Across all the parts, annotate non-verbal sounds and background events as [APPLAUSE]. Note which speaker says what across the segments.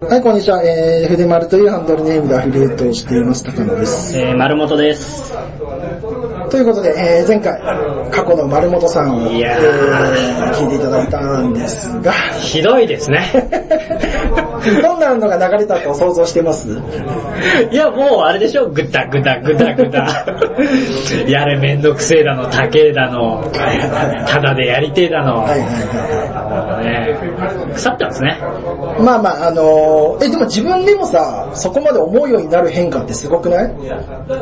Speaker 1: はい、こんにちは。えー、筆丸というハンドルネームでアフィリエイトをしています、高野です。
Speaker 2: えー、丸本です。
Speaker 1: ということで、えー、前回、過去の丸本さんを、
Speaker 2: い
Speaker 1: え
Speaker 2: やー
Speaker 1: ー、聞いていただいたんですが、 [LAUGHS]
Speaker 2: ひどいですね。
Speaker 1: どんなのが流れたと想像してます
Speaker 2: [LAUGHS] いや、もうあれでしょ、ぐだぐだぐだ
Speaker 1: [LAUGHS]
Speaker 2: ぐだ。やれめんどくせえだの、高えだの、ただでやりてえだの。
Speaker 1: はいはいはいは
Speaker 2: もうね、腐ったんですね。
Speaker 1: い。まあまあ、あのー、え、でも自分でもさ、そこまで思うようになる変化ってすごくない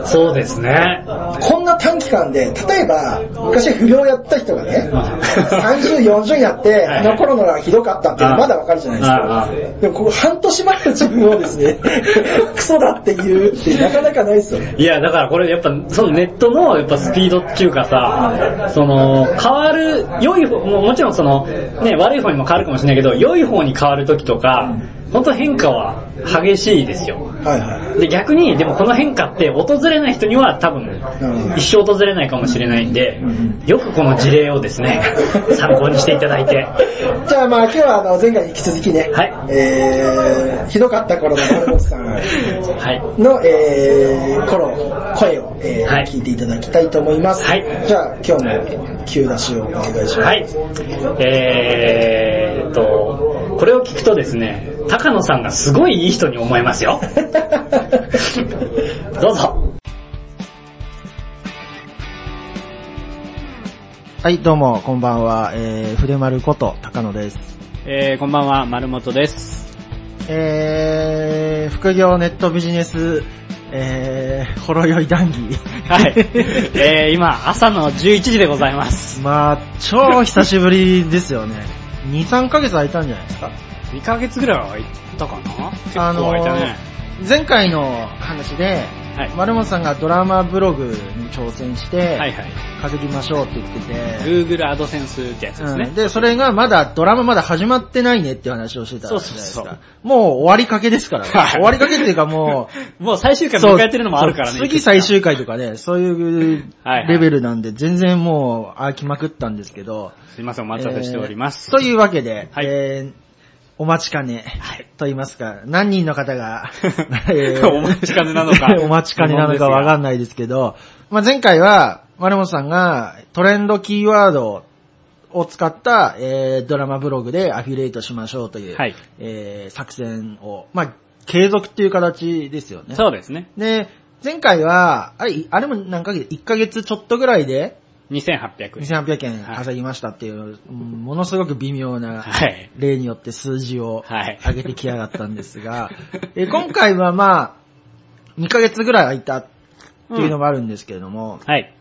Speaker 2: そうですね。
Speaker 1: こんな短期間で、例えば、昔不良やった人が
Speaker 2: [LAUGHS]
Speaker 1: ね、30、40やって、
Speaker 2: はい
Speaker 1: あの頃のがひどかったっていうのまだわかるじゃないですか。
Speaker 2: あああ
Speaker 1: でもここ半年前の自分をです
Speaker 3: [LAUGHS]
Speaker 1: ね、クソだって言うってなかなかないですよね。
Speaker 2: いや、だからこれやっぱ、そのネットのやっぱスピードっていうかさ、その、変わる、良い方、もうもちろんその、ね、悪い方にも変わるかもしれないけど、良い方に変わる時とか、本当変化は激しいですよ。
Speaker 1: はいはい。
Speaker 2: で、逆に、でもこの変化って訪れない人には多分
Speaker 1: ほど、
Speaker 2: 一生訪れないかもしれないんで、よくこの事例をですね、参考にしていただいて。
Speaker 1: じゃあまあ今日はあの前回に引き続きね、
Speaker 2: はい
Speaker 1: えー、ひどかった頃の丸本さん
Speaker 2: はい。
Speaker 1: の、えー、頃、声を、えー
Speaker 2: はい
Speaker 1: 聞いていただきたいと思います。
Speaker 2: はい
Speaker 1: じゃあ今日も Q 出しをお願いします。
Speaker 2: はい。えーっと、これを聞くとですね、高野さんがすごいいい人に思えます
Speaker 3: [LAUGHS]
Speaker 2: よ。どうぞ。
Speaker 3: はい、どうも、こんばんは。えー、筆丸こと、高野です。
Speaker 4: えー、こんばんは、丸本です。
Speaker 3: えー、副業ネットビジネス、えー、ほろ酔い談義。 [LAUGHS]
Speaker 4: [LAUGHS] はい。えー、今、朝の11時でございます。
Speaker 3: まあ、超久しぶりですよね。2、3ヶ月空いたんじゃないですか。
Speaker 4: 2ヶ月ぐらいは行ったかな結構
Speaker 3: あのー
Speaker 4: 空いたね。
Speaker 3: 前回の話で、
Speaker 4: はい
Speaker 3: 丸本さんがドラマブログに挑戦して、
Speaker 4: はいはい。
Speaker 3: 稼ぎましょうって言ってて、
Speaker 4: Google AdSense ってやつです
Speaker 3: うん
Speaker 4: ね。
Speaker 3: で、それがまだ、ドラマまだ始まってないねっていう話をしてたじゃないですか。
Speaker 4: そうそうそう
Speaker 3: もう終わりかけですから、ね、
Speaker 4: はい
Speaker 3: 終わりかけっていうかもう、
Speaker 4: [LAUGHS] もう最終回
Speaker 3: そう
Speaker 4: 迎えてるのもあるから
Speaker 3: そ
Speaker 4: ね。
Speaker 3: う次最終回とかね、そういう
Speaker 4: はいはい
Speaker 3: レベルなんで、全然もう飽きまくったんですけど。
Speaker 4: すいません、お待たせしております。
Speaker 3: えーというわけで、
Speaker 4: はい
Speaker 3: えーお待ちかね、と言いますか、何人の方が、
Speaker 4: [LAUGHS] お待ちかねなのか
Speaker 3: [LAUGHS] お待ちかねなのかわかんないですけど、まあ、前回は、丸本さんがトレンドキーワードを使った、えードラマブログでアフィリエイトしましょうという、
Speaker 4: はい
Speaker 3: えー作戦を、まあ、継続っていう形ですよね。
Speaker 4: そうですね。
Speaker 3: で、前回は、あれ、いあれも何ヶ月、1ヶ月ちょっとぐらいで、
Speaker 4: 2800円。
Speaker 3: 2800円稼ぎましたっていう、うんものすごく微妙な
Speaker 4: はい。
Speaker 3: 例によって数字を
Speaker 4: はい
Speaker 3: 上げてきやがったんですが、 [LAUGHS] え今回はまあ、2ヶ月ぐらい空いたっていうのもあるんですけれども、
Speaker 4: はい。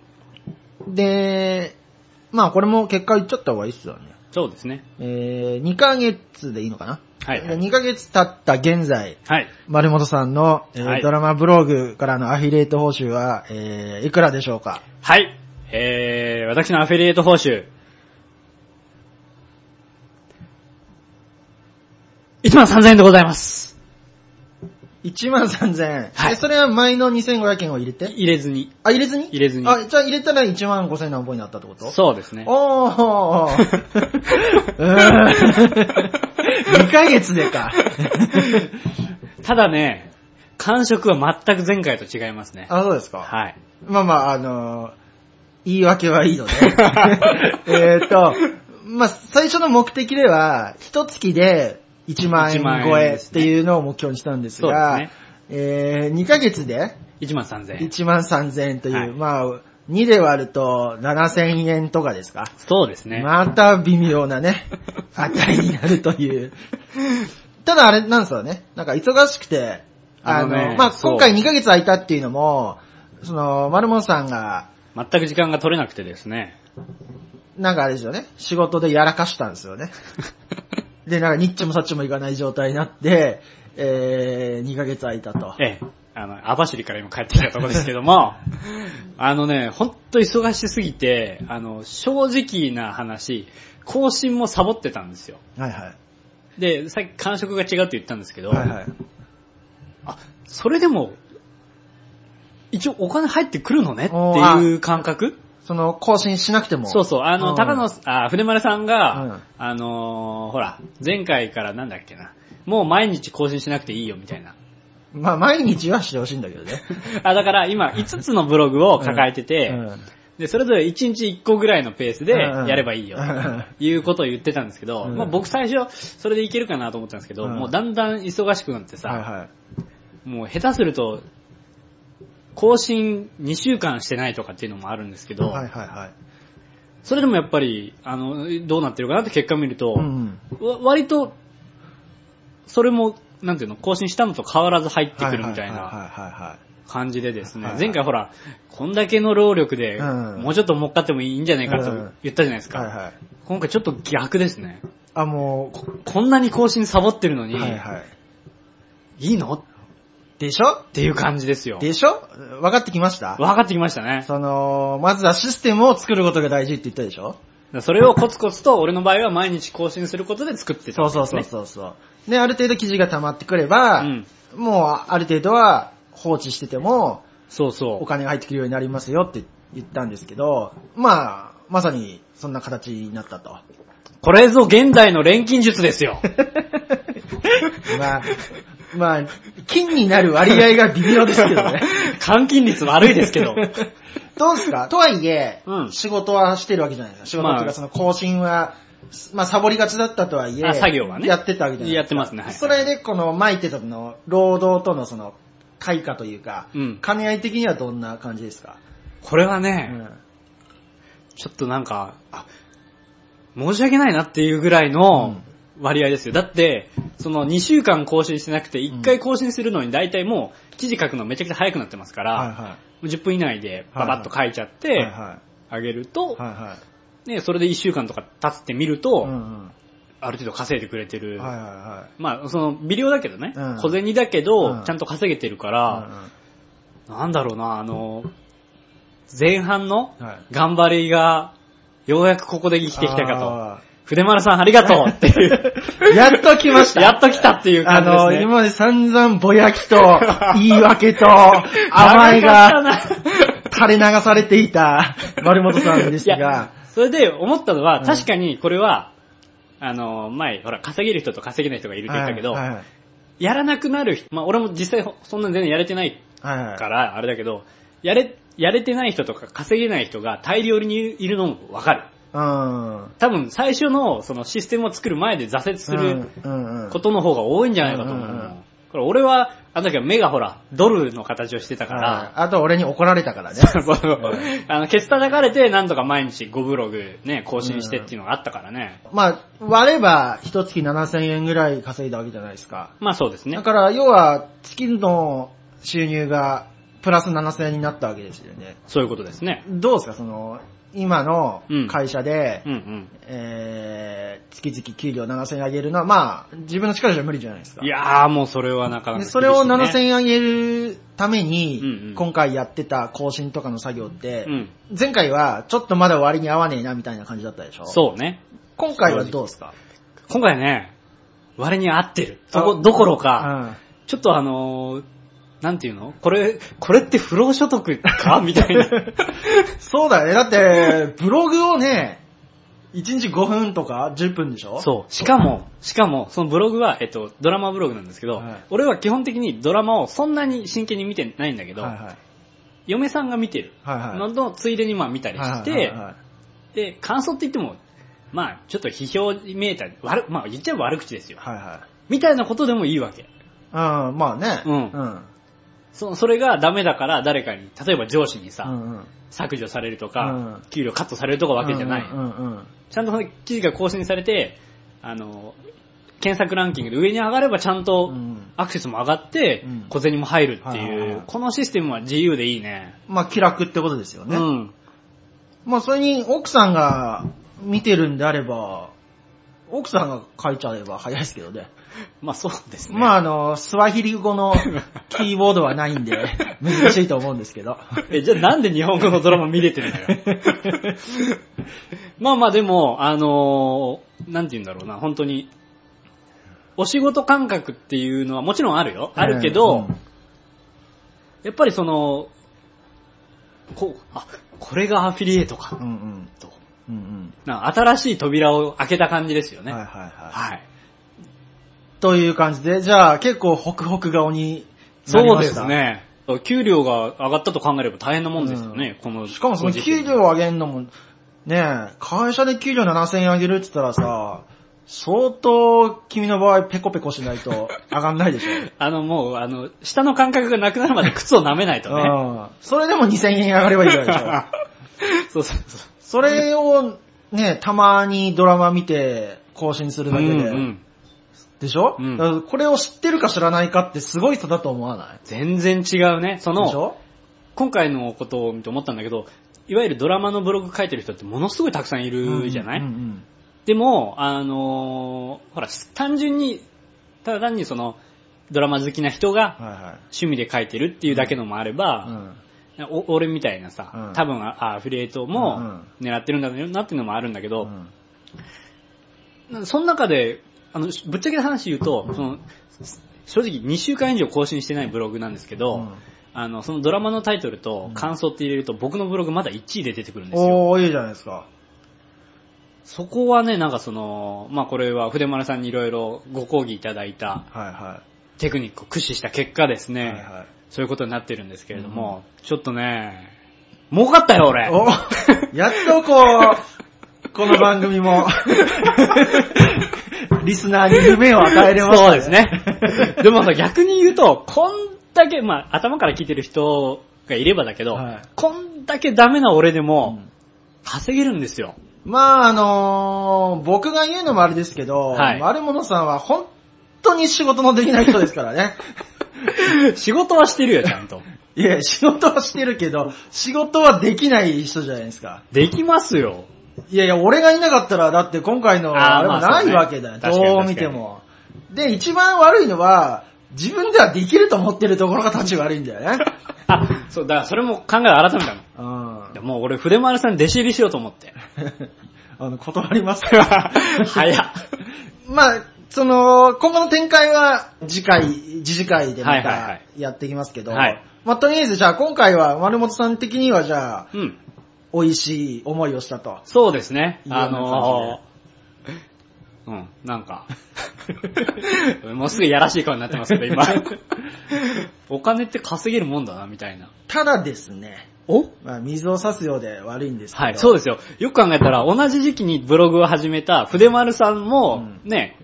Speaker 3: で、まあこれも結果言っちゃった方がいいっすよね。
Speaker 4: そうですね。
Speaker 3: えー、2ヶ月でいいのかな、
Speaker 4: はいはい
Speaker 3: で ?2 ヶ月経った現在、
Speaker 4: はい。
Speaker 3: 丸本さんの、えー
Speaker 4: はい
Speaker 3: ドラマブログからのアフィリエイト報酬は、えーいくらでしょうか
Speaker 4: はい。えー、私のアフィリエイト報酬。1万3000円でございます。
Speaker 3: ?1 万3000円。
Speaker 4: はい
Speaker 3: えそれは前の2500円を入れて
Speaker 4: 入れずに。
Speaker 3: あ、入れずに
Speaker 4: 入れずに
Speaker 3: あ、じゃあ入れたら1万5000円の覚えになったってことう。
Speaker 4: そうですね。
Speaker 3: おー。2ヶ月で [LAUGHS] か。
Speaker 4: [LAUGHS] ただね、感触は全く前回と違いますね。
Speaker 3: あ、そうですか。
Speaker 4: はい。
Speaker 3: まあまあ、あのー言い訳はい
Speaker 4: [LAUGHS]
Speaker 3: いので。えっと、まあ、最初の目的では、一月で1万円
Speaker 4: 1万円
Speaker 3: 超え
Speaker 4: で
Speaker 3: っ
Speaker 4: す
Speaker 3: ていうのを目標にしたんです
Speaker 4: そ
Speaker 3: が、
Speaker 4: うですね
Speaker 3: えー、2ヶ月で
Speaker 4: 1万3000円。
Speaker 3: 1万3000円という、
Speaker 4: はい
Speaker 3: まあ、2で割ると7000円とかですか。
Speaker 4: そうですね。
Speaker 3: また微妙な
Speaker 4: [LAUGHS]
Speaker 3: ね、値になるという。ただあれなんですよね。なんか忙しくて、あの、
Speaker 4: あのね
Speaker 3: まあ、
Speaker 4: そう
Speaker 3: 今回2ヶ月空いたっていうのも、その、丸本さんが、
Speaker 4: 全く時間が取れなくてですね。
Speaker 3: なんかあれですよね、仕事でやらかしたんですよ
Speaker 4: [LAUGHS]
Speaker 3: ね。で、なんかニッチもサッチもいかない状態になって、えー、2ヶ月空いたと。
Speaker 4: ええ。あの、網走から今帰ってきたところですけ
Speaker 3: [LAUGHS]
Speaker 4: ども、あのね、ほんと忙しすぎて、あの、正直な話、更新もサボってたんですよ。
Speaker 3: はいはい。
Speaker 4: で、さっき感触が違うって言ったんですけど、
Speaker 3: はいはい。
Speaker 4: あ、それでも、一応お金入ってくるのねって
Speaker 3: おー
Speaker 4: いう感覚
Speaker 3: その、更新しなくても。
Speaker 4: そうそう、あの、
Speaker 3: ん
Speaker 4: 高野、あ、船丸さんが、
Speaker 3: うん
Speaker 4: あのーほら、前回からなんだっけな、もう毎日更新しなくていいよみたいな。
Speaker 3: まあ、毎日はしてほしいんだけどね。
Speaker 4: あ、だから
Speaker 3: [LAUGHS]
Speaker 4: 今5つのブログを抱えてて、
Speaker 3: うん
Speaker 4: で、それぞれ1日1個ぐらいのペースで
Speaker 3: うんうん
Speaker 4: やればいいよ、ということを言ってたんですけど、
Speaker 3: うん
Speaker 4: まあ僕最初それでいけるかなと思ったんですけど、
Speaker 3: うん
Speaker 4: もうだんだん忙しくなってさ、
Speaker 3: はいはい。
Speaker 4: もう下手すると、更新2週間してないとかっていうのもあるんですけど、
Speaker 3: はいはいはい。
Speaker 4: それでもやっぱり、あの、どうなってるかなって結果見ると、
Speaker 3: うん。
Speaker 4: わ割と、それも、なんていうの、更新したのと変わらず入ってくるみたい
Speaker 3: は
Speaker 4: な
Speaker 3: はいはいはいはい。
Speaker 4: 感じでですね
Speaker 3: はい、はい
Speaker 4: 前回ほら、こんだけの労力で、
Speaker 3: うん
Speaker 4: もうちょっともっかってもいいんじゃないかと
Speaker 3: うん
Speaker 4: 言ったじゃないです
Speaker 3: はい
Speaker 4: か。
Speaker 3: はい。
Speaker 4: 今回ちょっと逆ですね。
Speaker 3: あ、もう、
Speaker 4: こんなに更新サボってるのに、
Speaker 3: はいはい。
Speaker 4: いいのっ
Speaker 3: でしょ
Speaker 4: ていう感じですよ。
Speaker 3: でしょ分かってきました
Speaker 4: 分かってきましたね。
Speaker 3: その、まずはシステムを作ることが大事って言ったでしょ
Speaker 4: だからそれをコツコツと俺の場合は毎日更新することで作ってた
Speaker 3: そ
Speaker 4: ん
Speaker 3: う
Speaker 4: ですね、
Speaker 3: そうそうそうそう。で、ある程度記事が溜まってくれば、
Speaker 4: うん
Speaker 3: もうある程度は放置してても
Speaker 4: そうそ
Speaker 3: お
Speaker 4: う。
Speaker 3: 金が入ってくるようになりますよって言ったんですけど、まあ、まさにそんな形になった
Speaker 4: [LAUGHS]
Speaker 3: と。
Speaker 4: これぞ現代の錬金術ですよ。
Speaker 3: まあ、まあ、金になる割合が微妙ですけど
Speaker 4: [LAUGHS]
Speaker 3: ね。
Speaker 4: 換金率悪いですけど。
Speaker 3: [LAUGHS] どうですかとはいえ、
Speaker 4: うん
Speaker 3: 仕事はしてるわけじゃないですか。仕事っていう
Speaker 4: まあ
Speaker 3: かその更新は、まあサボりがちだったとはいえ、
Speaker 4: あ作業はね
Speaker 3: やってたわけじゃないですか
Speaker 4: やってますね。はい、
Speaker 3: それでこの巻いてたの、労働とのその、対価というか、
Speaker 4: うん
Speaker 3: 兼ね合い的にはどんな感じですか、
Speaker 4: これは
Speaker 3: う
Speaker 4: ね、
Speaker 3: ん
Speaker 4: ちょっとなんか、あ、申し訳ないなっていうぐらいの割合ですよ。だって、その2週間更新してなくて、1回更新するのに大体もう記事書くのめちゃくちゃ早くなってますから、
Speaker 3: はいは
Speaker 4: もう10分以内でババッと書いちゃっ
Speaker 3: い。はい
Speaker 4: て
Speaker 3: は
Speaker 4: あげると、
Speaker 3: い。はいはい。
Speaker 4: ね、それで1週間とか経ってみると、
Speaker 3: うんうん
Speaker 4: ある程度稼いでくれてる。
Speaker 3: はいは
Speaker 4: まあ、その、微量だけどね、
Speaker 3: うん
Speaker 4: 小銭だけ
Speaker 3: う
Speaker 4: ど
Speaker 3: ん、
Speaker 4: ちゃんと稼げてるか
Speaker 3: いはい
Speaker 4: ら、なんだろうな、あの、前半の
Speaker 3: うんうん。はい。
Speaker 4: 頑張りが、ようやくここで生きてきたかと。
Speaker 3: あ
Speaker 4: 筆丸さんありがとうっていう。
Speaker 3: ー。 [LAUGHS] やっと来ました。
Speaker 4: やっと来たっていう
Speaker 3: あ
Speaker 4: 感じです
Speaker 3: の、
Speaker 4: ね。
Speaker 3: 今まで散々ぼやきと、
Speaker 4: [LAUGHS]
Speaker 3: 言い訳と、甘えが
Speaker 4: 長かったな
Speaker 3: 垂れ流されていた丸本さんでした
Speaker 4: い
Speaker 3: が
Speaker 4: や、 [LAUGHS] それで思ったのは、
Speaker 3: うん
Speaker 4: 確かにこれは、あの、前、ほら、稼げる人と稼げない人がいるって言ったけど、
Speaker 3: はいはい
Speaker 4: やらなくなる人、まあ俺も実際そんな全然やれてない
Speaker 3: はいはい。
Speaker 4: から、あれだけど、やれ、やれてない人とか稼げない人が大量にいるのもわかる。
Speaker 3: うん。
Speaker 4: 多分最初のそのシステムを作る前で挫折する
Speaker 3: うんうん
Speaker 4: ことの方が多いんじゃないかと思う
Speaker 3: うんうんうん
Speaker 4: の。これ俺は、あの時は目がほら、ドルの形をしてたか
Speaker 3: はい
Speaker 4: ら、
Speaker 3: あと俺に怒られたからね。
Speaker 4: そう [LAUGHS] あの、ケツ叩かれてなんとか毎日5ブログね、更新してっていうのがあったからね。
Speaker 3: まあ、割れば、一月7000円ぐらい稼いだわけじゃないですか。
Speaker 4: まあそうですね
Speaker 3: だ。から、要は、月の収入が、プラス7000円になったわけですよね。
Speaker 4: そういうことですね。
Speaker 3: どうですか、その、今の会社で、
Speaker 4: うんうん。
Speaker 3: えー、月々給料7000円上げるのは、まあ、自分の力じゃ無理じゃないですか。
Speaker 4: いやーもうそれはなかな
Speaker 3: で
Speaker 4: か、
Speaker 3: それを7000円上げるために、
Speaker 4: うんうん
Speaker 3: 今回やってた更新とかの作業って、
Speaker 4: うん。
Speaker 3: 前回はちょっとまだ割に合わねえなみたいな感じだったでしょ
Speaker 4: そうね。
Speaker 3: 今回はどうですか
Speaker 4: 今回ね、割に合ってる。そこ、どころか、
Speaker 3: う
Speaker 4: [LAUGHS]
Speaker 3: ん
Speaker 4: ちょっとあのーなんていうのこれ、これって不労所得 [LAUGHS] かみたいな。
Speaker 3: そうだよね。だって、ブログをね、1日5分とか10分でしょ
Speaker 4: そう。しかも、しかも、そのブログは、えっと、ドラマブログなんですけど、
Speaker 3: はい
Speaker 4: 俺は基本的にドラマをそんなに真剣に見てないんだけど、
Speaker 3: はいはい。
Speaker 4: 嫁さんが見てる
Speaker 3: はいは
Speaker 4: の
Speaker 3: い。
Speaker 4: のついでにまあ見たりして、
Speaker 3: はいはいはい
Speaker 4: で、感想って言っても、まあ、ちょっと批評めいた、悪、まあ言っちゃえば悪口ですよ。
Speaker 3: はいはい。
Speaker 4: みたいなことでもいいわけ。
Speaker 3: うん、まあね。
Speaker 4: うん
Speaker 3: うん。
Speaker 4: そそれがダメだから誰かに、例えば上司にさ、
Speaker 3: うんうん。
Speaker 4: 削除されるとか、
Speaker 3: うん
Speaker 4: 給料カットされるとかわけじゃない。
Speaker 3: うんうん
Speaker 4: ちゃんとその記事が更新されて、あの、検索ランキングで上に上がればちゃん
Speaker 3: う
Speaker 4: と
Speaker 3: ん。
Speaker 4: アクセスも上がって
Speaker 3: うん、
Speaker 4: 小銭も入るって
Speaker 3: はいはい
Speaker 4: い、
Speaker 3: はいう
Speaker 4: このシステムは自由でいいね。
Speaker 3: まあ気楽ってことですよ
Speaker 4: う
Speaker 3: ね。
Speaker 4: ん。
Speaker 3: まあそれに奥さんが見てるんであれば、奥さんが書いちゃえば早いですけどね。
Speaker 4: まあそうですね。
Speaker 3: まああの、スワヒリ語
Speaker 4: [LAUGHS]
Speaker 3: のキーボードはないんで、難しいと思うんですけど。
Speaker 4: え、じゃあなんで日本語のドラマ見れてるんだよ。 [LAUGHS] まあまあでも、あのーなんて言うんだろうな、本当に、お仕事感覚っていうのはもちろんあるよ。 [LAUGHS] あるけ
Speaker 3: う
Speaker 4: ど、
Speaker 3: ん
Speaker 4: やっぱりその、こう、あ、これがアフィリエイトか
Speaker 3: う、ん
Speaker 4: と。
Speaker 3: うん。うん
Speaker 4: なんか新しい扉を開けた感じですよ
Speaker 3: うん。
Speaker 4: ね。
Speaker 3: はいは
Speaker 4: はいい。
Speaker 3: はい。という感じで、じゃあ結構ホクホク顔になり
Speaker 4: そう
Speaker 3: ま
Speaker 4: で
Speaker 3: した。
Speaker 4: す。ね。給料が上がったと考えれば大変なもんですよね、この。
Speaker 3: しかもその給料を上げるのも、ねえ、会社で給料7000円上げるって言ったらさ、相当君の場合ペコペコしないと上がんないで
Speaker 4: [LAUGHS]
Speaker 3: しょ。
Speaker 4: あの、もう、あの、下の感覚がなくなるまで靴を舐めないとね。
Speaker 3: うん。それでも2000円上がればいいじゃないでしょ。
Speaker 4: [LAUGHS] そうそうそう。
Speaker 3: それをね、たまにドラマ見て更新するだけで。
Speaker 4: うんうん
Speaker 3: でしょ、
Speaker 4: うん
Speaker 3: だからこれを知ってるか知らないかってすごい差だと思わない
Speaker 4: 全然違うね。そ
Speaker 3: でし
Speaker 4: の、
Speaker 3: ょ
Speaker 4: 今回のことを見て思ったんだけど、いわゆるドラマのブログ書いてる人ってものすごいたくさんいるじゃない、
Speaker 3: うんうん
Speaker 4: でも、あのーほら、単純に、ただ単にその、ドラマ好きな人
Speaker 3: うん
Speaker 4: が
Speaker 3: はいはい。
Speaker 4: 趣味で書いてるっていうだけのもあれば、
Speaker 3: うん
Speaker 4: お俺みたいなさ、
Speaker 3: うん
Speaker 4: 多分あアフィリエイトも狙ってるんだろうなっていうのもあるんだけど、
Speaker 3: うん
Speaker 4: なその中で、あの、ぶっちゃけた話言うと、その、正直2週間以上更新してないブログなんですけど、
Speaker 3: うん
Speaker 4: あの、そのドラマのタイトルと
Speaker 3: うん
Speaker 4: 感想って入れると、僕のブログまだ1位で出てくるんですよ。
Speaker 3: おー、いいじゃないですか。
Speaker 4: そこはね、なんかその、まあこれは筆丸さんにいろいろご講義いただいた
Speaker 3: はいは
Speaker 4: テクニックを駆使した結果です
Speaker 3: い。は
Speaker 4: ね、
Speaker 3: いはい
Speaker 4: そういうことになってるんですけれども、ちょっとね、儲かったよ俺
Speaker 3: おやっとこう、この番組 [LAUGHS] も、リスナーに夢を与えれます。
Speaker 4: そうです [LAUGHS] ね。でもさ、逆に言うと、こんだけ、まあ、頭から聞いてる人がいればだけど、
Speaker 3: はい
Speaker 4: こんだけダメな俺でも、
Speaker 3: うん
Speaker 4: 稼げるんですよ。 [LAUGHS]
Speaker 3: まああのー僕が言うのもあれですけど、
Speaker 4: はい
Speaker 3: 丸物さんは本当に仕事のできない人ですから [LAUGHS] ね。
Speaker 4: 仕事はしてるよ、ちゃんと。
Speaker 3: いや、仕事はしてるけど、仕事はできない人じゃないですか。
Speaker 4: できますよ。
Speaker 3: いやいや、俺がいなかったら、だって今回の
Speaker 4: あー
Speaker 3: あれも
Speaker 4: まあ
Speaker 3: な
Speaker 4: そう
Speaker 3: い
Speaker 4: ね
Speaker 3: わけだよ。
Speaker 4: 確かに確
Speaker 3: ど
Speaker 4: か
Speaker 3: う
Speaker 4: に
Speaker 3: 見ても。で、一番悪いのは、自分ではできると思ってるところが立ち悪いんだよね。 [LAUGHS]
Speaker 4: あ、そう、だからそれも考え改めたの。
Speaker 3: うん。あ
Speaker 4: でもう俺、筆丸さんに弟子入りしようと思って。
Speaker 3: の、断ります。
Speaker 4: [LAUGHS] 早っ。
Speaker 3: まあ、その、今後の展開は次回、次次回でま
Speaker 4: はいはいは
Speaker 3: たやっていきますけど、
Speaker 4: はい
Speaker 3: まあとりあえずじゃあ今回は丸本さん的にはじゃあ、
Speaker 4: うん。
Speaker 3: 美味しい思いをしたと。
Speaker 4: そうですね。
Speaker 3: いいような
Speaker 4: あ
Speaker 3: 感じで
Speaker 4: のーうん、なんか。 [LAUGHS] もうすぐやらしい顔になってますけど、 [LAUGHS] 今。お金って稼げるもんだな、みたいな。
Speaker 3: ただですね、
Speaker 4: お
Speaker 3: まあ水を差すようで悪いんですけど、
Speaker 4: はい、そうですよ。よく考えたら、同じ時期にブログを始めた筆丸さんも、ね、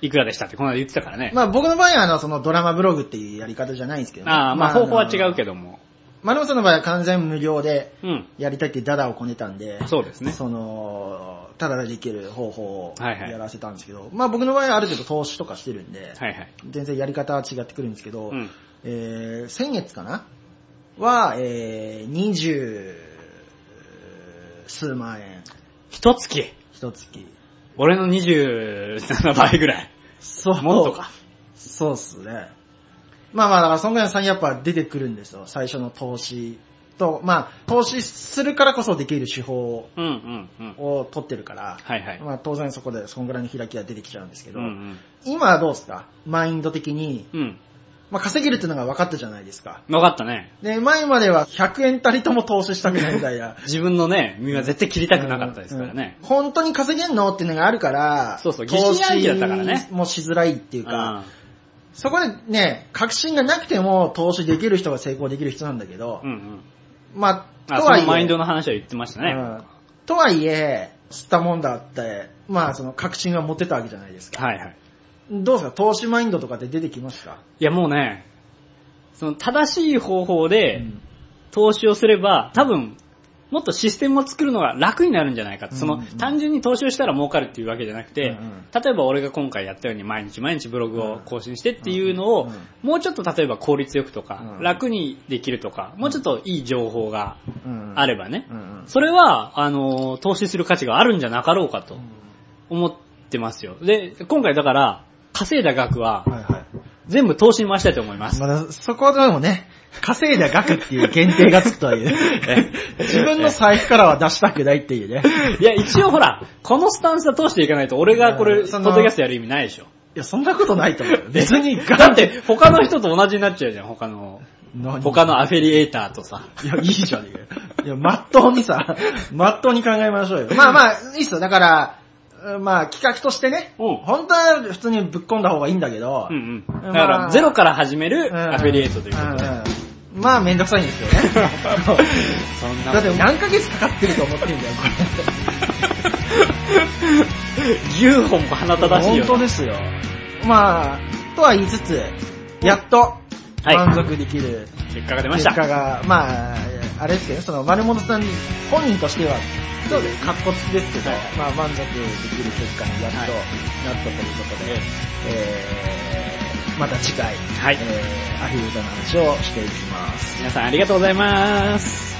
Speaker 4: いくらでしたってこの間言ってたからね。
Speaker 3: まあ僕の場合はあの、そのドラマブログっていうやり方じゃないんですけど、ね、
Speaker 4: ああ、まあ方法は違うけ
Speaker 3: ど。
Speaker 4: ども。
Speaker 3: 丸本さんの場合は完全無料で
Speaker 4: うん。
Speaker 3: やりたいってダダをこねたんで、
Speaker 4: そうですね。
Speaker 3: その、ただでできる方法を
Speaker 4: はいはい
Speaker 3: やらせたんですけど、まあ僕の場合はある程度投資とかしてるんで、
Speaker 4: はいはい。
Speaker 3: 全然やり方は違ってくるんですけど、
Speaker 4: うん。
Speaker 3: えー先月かなは、えー、20数万円、
Speaker 4: 一月、
Speaker 3: 一月。
Speaker 4: 俺の27倍ぐらい。
Speaker 3: そう。
Speaker 4: もっとか。
Speaker 3: そうっすね。まあまあ、だからそのぐらいの差にやっぱ出てくるんですよ。最初の投資と、まあ、投資するからこそできる手法
Speaker 4: うんうんうん。
Speaker 3: を取ってるから、
Speaker 4: はいはい。
Speaker 3: まあ当然そこでそのぐらいの開きが出てきちゃうんですけ
Speaker 4: う
Speaker 3: ど、
Speaker 4: んうん。
Speaker 3: 今はどうですかマインド的に、
Speaker 4: うん。
Speaker 3: まあ稼げるっていうのが分かったじゃないですか。
Speaker 4: 分かったね。
Speaker 3: で、前までは100円たりとも投資したくないみたい
Speaker 4: [LAUGHS]
Speaker 3: な。
Speaker 4: 自分のね、身は絶対切りたくなかったですからね
Speaker 3: う。ん本当に稼げんのっていうのがあるから、
Speaker 4: そうそう疑心暗鬼だったからね
Speaker 3: 投資もしづらいっていうか、そこでね、確信がなくても投資できる人が成功できる人なんだけど、
Speaker 4: うんうん。
Speaker 3: まあ、
Speaker 4: あ、
Speaker 3: と
Speaker 4: そ
Speaker 3: はいえ、
Speaker 4: のマインドの話は言ってました
Speaker 3: う
Speaker 4: ね。
Speaker 3: んとはいえ、吸ったもんだって、まあその確信は持てたわけじゃないですか。
Speaker 4: はいはい。
Speaker 3: どうですか投資マインドとかって出てきました
Speaker 4: いやもうね、その正しい方法
Speaker 3: う
Speaker 4: で
Speaker 3: ん
Speaker 4: 投資をすれば、多分、もっとシステムを作るのが楽になるんじゃないかと。そ
Speaker 3: うん
Speaker 4: の
Speaker 3: うん
Speaker 4: 単純に投資をしたら儲かるっていうわけじゃなくて
Speaker 3: うんうん、
Speaker 4: 例えば俺が今回やったように毎日毎日ブログを更新してっていうの
Speaker 3: う
Speaker 4: を
Speaker 3: んうん、
Speaker 4: もうちょっと例えば効率よくとか
Speaker 3: う、ん
Speaker 4: 楽にできるとか、もうちょっといい情報があれ
Speaker 3: ば。
Speaker 4: ばね
Speaker 3: う、んうん
Speaker 4: それは、あの、投資する価値があるんじゃなかろうかと思ってますよ。で、今回だから、稼いだ額
Speaker 3: は
Speaker 4: は
Speaker 3: いはい。
Speaker 4: 全部投資に回したいと思います。
Speaker 3: まだ、そこでもね、稼いだ額っていう限定がつくとはいう
Speaker 4: え
Speaker 3: 自分の財布からは出したくないっていうね。
Speaker 4: いや、一応ほら、このスタンスは通していかないと、俺がこ
Speaker 3: う
Speaker 4: れ、
Speaker 3: ん
Speaker 4: ポ
Speaker 3: そ
Speaker 4: ッ
Speaker 3: の
Speaker 4: ドキャストやる意味ないでしょ。
Speaker 3: いや、そんなことないと思うよ。別にガ
Speaker 4: だ
Speaker 3: ン
Speaker 4: っ、て、他の人と同じになっちゃうじゃん、他の、
Speaker 3: 何
Speaker 4: 他のアフィリエイターとさ。
Speaker 3: いや、いいじゃねえかよ。いや、まっとうにさ、まっとうに考えましょうよ。まあまあ、いいっすよ。だから、まあ企画としてね、
Speaker 4: うん
Speaker 3: 本当は普通にぶっ込んだ方がいいんだけど、
Speaker 4: うんう
Speaker 3: まあ
Speaker 4: ん。だから、ゼロから始め
Speaker 3: うん
Speaker 4: るアフィリエイトということで。
Speaker 3: うんまあめんどくさいんですよ
Speaker 4: [LAUGHS]。
Speaker 3: ね
Speaker 4: そんな
Speaker 3: だって何ヶ月かかってると思ってんだよ、こ
Speaker 4: [LAUGHS] 牛本も鼻
Speaker 3: れ。
Speaker 4: 正しいよ。
Speaker 3: 本当ですよ。まあ、とは言いつつ、やっと
Speaker 4: はい
Speaker 3: 満足できる
Speaker 4: 結果が出まし
Speaker 3: 結
Speaker 4: た。
Speaker 3: 果が、まあ、あれですけどね、その丸本さん本人としては、ちょっと格好つきですけど、
Speaker 4: はい
Speaker 3: まあ満足できる結果にやっとな
Speaker 4: は
Speaker 3: っ
Speaker 4: い
Speaker 3: たということで、えー、また次回、
Speaker 4: はい
Speaker 3: えー、アフィリエイトの話を
Speaker 4: [LAUGHS]
Speaker 3: していきます。
Speaker 4: 皆さんありがとうございます。